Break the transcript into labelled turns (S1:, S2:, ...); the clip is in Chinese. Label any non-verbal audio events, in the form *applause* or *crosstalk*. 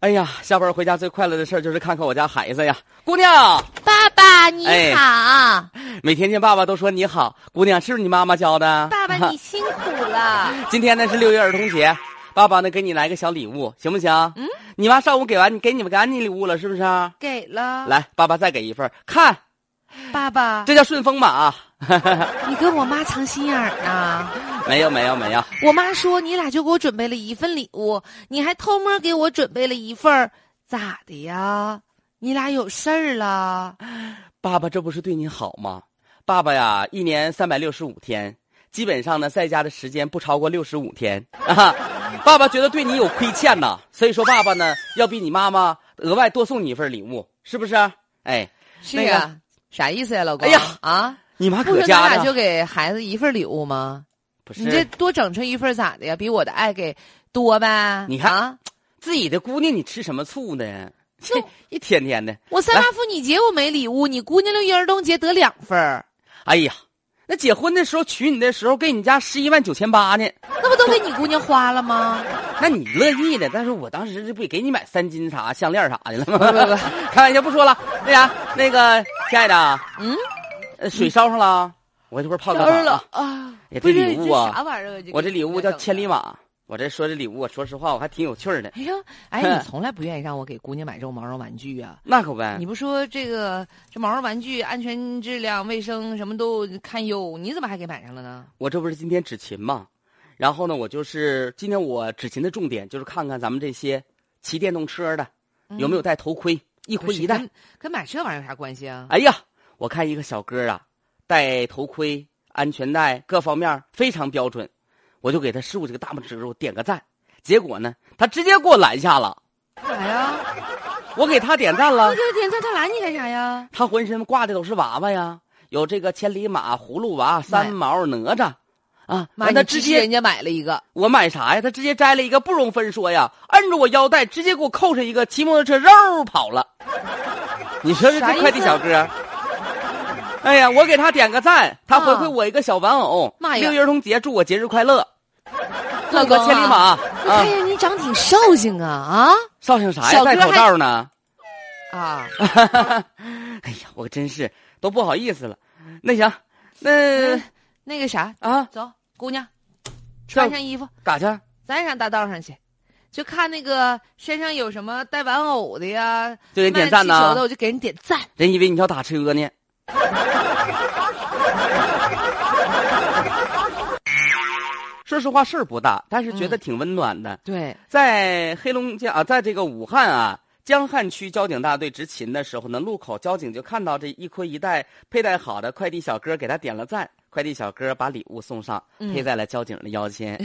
S1: 哎呀，下班回家最快乐的事儿就是看看我家孩子呀，姑娘。
S2: 爸爸你
S1: 哎
S2: 好，
S1: 每天见爸爸都说你好，姑娘是不是你妈妈教的？
S2: 爸爸你辛苦
S3: *laughs*
S2: 了。
S1: *laughs* 今天呢是六一儿童节，爸爸呢给你来个小礼物，行不行？嗯，你妈上午给完你给你们赶紧礼物了，是不是啊？
S2: 给了，
S1: 来，爸爸再给一份儿，看
S2: 爸爸，
S1: 这叫顺啊风马。
S2: 你跟我妈藏心眼儿呢。
S1: 没有没有没有，
S2: 我妈说你俩就给我准备了一份礼物，你还偷摸给我准备了一份儿，咋的呀？你俩有事儿了？
S1: 爸爸这不是对你好吗？爸爸呀，一年三百六十五天，基本上呢在家的时间不超过六十五天啊。爸爸觉得对你有亏欠呐，所以说爸爸呢要比你妈妈额外多送你一份礼物，是不是？哎，
S3: 是
S1: 那个
S3: 啊，啥意思呀、老公？
S1: 哎呀
S3: 啊，
S1: 你妈
S3: 不
S1: 搁
S3: 是咱
S1: 家
S3: 俩
S1: 呢
S3: 就，给孩子一份礼物吗？
S1: 不是
S3: 你这多整成一份咋的呀？比我的爱给多呗？
S1: 你看
S3: 啊，
S1: 自己的姑娘，你吃什么醋呢？ *laughs* 这
S2: 就
S1: 一天天的，
S3: 我三八妇女节我没礼物，你姑娘六一儿童节得两份儿，
S1: 哎呀，那结婚的时候娶你的时候给你家十一万九千八呢，
S3: *laughs* 那不都给你姑娘花了吗？ *laughs*
S1: 那你乐意的。但是我当时这不也给你买三金啥项链啥的了吗？
S3: 不不不，
S1: *laughs* 开玩笑，不说了。那啥，那个亲爱的，
S3: 嗯
S1: 呃，水烧上了啊，我一会儿泡个澡啊。
S3: 啊！
S1: 哎
S3: 不
S1: 这
S3: 是
S1: 礼物啊
S3: 这啥玩意儿啊？
S1: 我这礼物叫千里
S3: 马。
S1: 马。我这说这礼物，我说实话我还挺有趣儿的。
S3: 哎呀，哎，你从来不愿意让我给姑娘买这种毛绒玩具啊？
S1: 那可不呗
S3: 你，不说这个这毛绒玩具安全质量、卫生什么都堪忧，你怎么还给买上了呢？
S1: 我这不是今天指琴嘛，然后呢，我就是今天我指琴的重点就是看看咱们这些骑电动车的有没有戴头盔，一
S3: 嗯不
S1: 盔
S3: 是
S1: 一戴。
S3: 跟跟买这玩意儿有啥关系啊？
S1: 哎呀，我看一个小哥啊，戴头盔、安全带各方面非常标准，我就给他竖这个大拇指，我点个赞。结果呢，他直接给我拦下了，
S3: 干啥哎呀？啊哦
S1: 我给他点赞了
S3: 我。给他点赞，他拦你干啥呀？
S1: 他浑身挂的都是娃娃呀，有这个千里马、葫芦娃、三毛、哪吒，啊，
S3: 妈，
S1: 完
S3: 你
S1: 他
S3: 支
S1: 直
S3: 持
S1: 接
S3: 人家买了一个，
S1: 我买啥呀？他直接摘了一个不容分说呀，摁住我腰带，直接给我扣上一个，骑摩托车肉跑了。你说这
S3: 啥
S1: 这
S3: 意思
S1: 快递小哥，啊哎呀，我给他点个赞，他回馈我一个小玩偶。
S3: 啊妈呀
S1: 六一儿童节祝我节日快乐，
S3: 老
S1: 送
S3: 公
S1: 个
S3: 啊
S1: 千里马
S3: 哎
S1: 啊！
S3: 呀，你长挺绍兴啊啊
S1: 绍兴啥呀？
S3: 小哥
S1: 戴口
S3: 还
S1: 罩呢。 *laughs*
S3: 啊！
S1: 哎呀，我真是都不好意思了。那行，那
S3: 呃那个啥，
S1: 啊，
S3: 走，姑娘，
S1: 这
S3: 穿上衣服，
S1: 咋去？
S3: 咱上大道上去，就看那个身上有什么带玩偶的呀，
S1: 就给你点
S3: 卖
S1: 赞
S3: 气球的，
S1: 呢？啊
S3: 我就给人点赞。
S1: 人以为你要打车呢。说实话，事儿不大，但是觉得挺温暖的。
S3: 对，
S1: 在黑龙江啊，在这个武汉啊江汉区交警大队执勤的时候呢，路口交警就看到这一盔一带佩戴好的快递小哥，给他点了赞。快递小哥把礼物送上，
S3: 嗯
S1: 佩戴了交警的腰间。